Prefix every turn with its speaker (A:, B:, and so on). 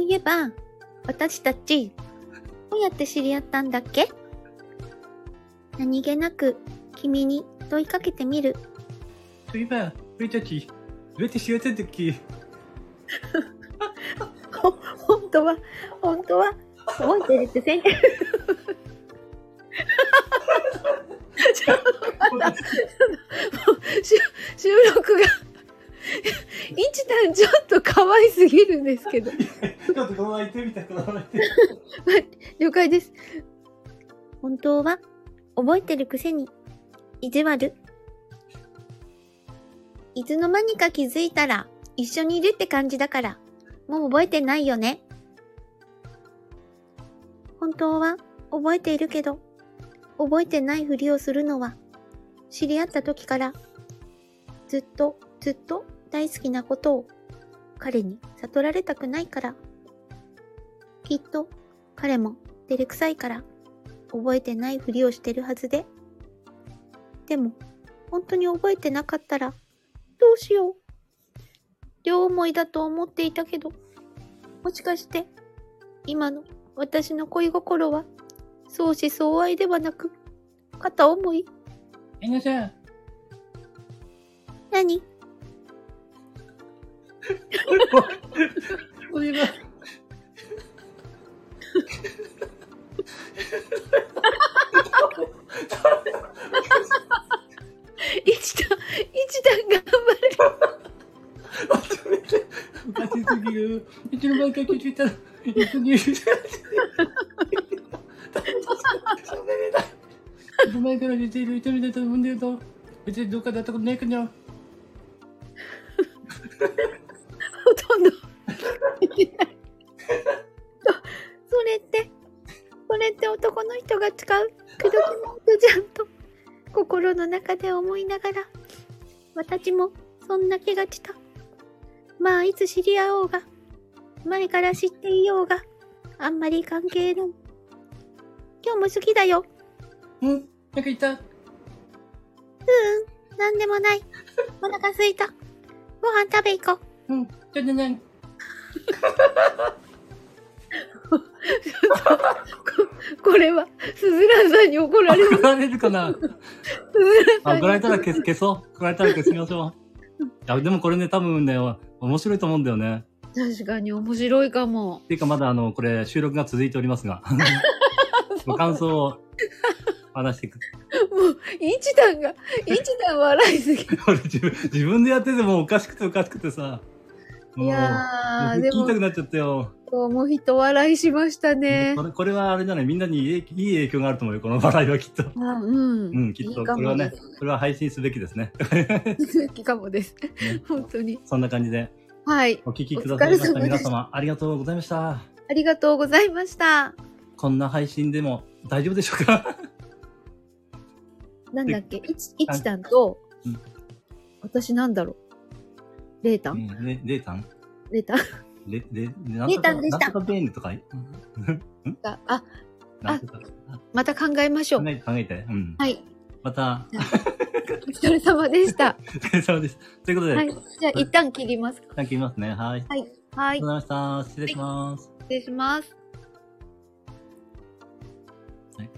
A: いえば、私たち、どうやって知り合ったんだっけ何気なく、君に問いかけてみる。
B: そういえば、俺たち、どうやって知り合ったんだっけ
A: ほ、本当は、本当は、覚えてるって先ちょっと待った。し収録がいちたんちょっと可愛すぎるんですけど
B: ちょっとこの相手みたいな相手。
A: 了解です本当は覚えてるくせに意地悪いつの間にか気づいたら一緒にいるって感じだからもう覚えてないよね本当は覚えているけど覚えてないふりをするのは知り合った時からずっとずっと大好きなことを彼に悟られたくないからきっと彼も照れくさいから覚えてないふりをしてるはずででも本当に覚えてなかったらどうしよう両思いだと思っていたけどもしかして今の私の恋心は相思相愛ではなく片思い
B: えなさん、
A: 何
B: そういえば。
A: 一段、一段頑張れ。
B: おかしすぎる。うちのバイクが気づいたら、一緒にいる。前から出ている痛みだと思うんだけど、別にどっかだったことないかな。
A: ほとんど できない。そそれって、それって男の人が使う口説き文句じゃんと心の中で思いながら、私もそんな気がした。まあ、いつ知り合おうが、前から知っていようが、あんまり関係ない。今日も好きだよ。
B: うん、なんか言った。
A: ううん、なんでもない。お腹すいた。ご飯食べ行こう。
B: うん、じゃじゃじゃん。
A: これは、すずらさんに怒られる。
B: 怒られるかな。
A: すずらさん
B: あ、
A: に
B: 怒られたら消す消そう。怒られたら消しましょう。いや、でもこれね、多分ね、面白いと思うんだよね。
A: 確かに面白いかも。
B: っていうか、まだあの、これ収録が続いておりま すが。ご感想を話していく。
A: もう、一段が、一段笑いす ぎ。
B: 俺自分、自分でやっててもうおかしくておかしくてさ。もう
A: いやー、
B: もう
A: で
B: 聞きたく
A: も、
B: なっちゃったよ。
A: もう人笑いしましたね
B: こ。れこれはあれじゃない、みんなにいいいい影響があると思うよ、この笑いはきっと。
A: あうん。
B: うん、きっと、
A: いいか
B: これは
A: もで
B: ね
A: す。、
B: これは配信すべきで すね。
A: いいかもです。 本当に。
B: そんな感じで、
A: はい。
B: お聞きくださいまし
A: お疲れ
B: た
A: 様で
B: 皆
A: した
B: 様、ありがとうございました。
A: ありがとうございました。
B: こんな配信でも大丈夫でしょうか
A: なんだっけ、一一段と
B: うん、
A: 私なんだろう。レータ
B: う
A: ン
B: んレレータン
A: レータン
B: レ、レ、なん
A: レー
B: と
A: タ
B: か、
A: ンでし
B: な
A: た
B: んとかベーヌとか、うん
A: が、あ、
B: なんとか、
A: また考えましょう
B: 考。えて、考えて、うん。
A: はい。
B: また、
A: お疲れ様で した。
B: お疲れ様です。ということで、
A: はい。じゃあ、一旦切りますか。
B: さっき言いますね。はい。ありがと
A: はい。はい。
B: うございました。失礼します。
A: 失礼します。
B: はい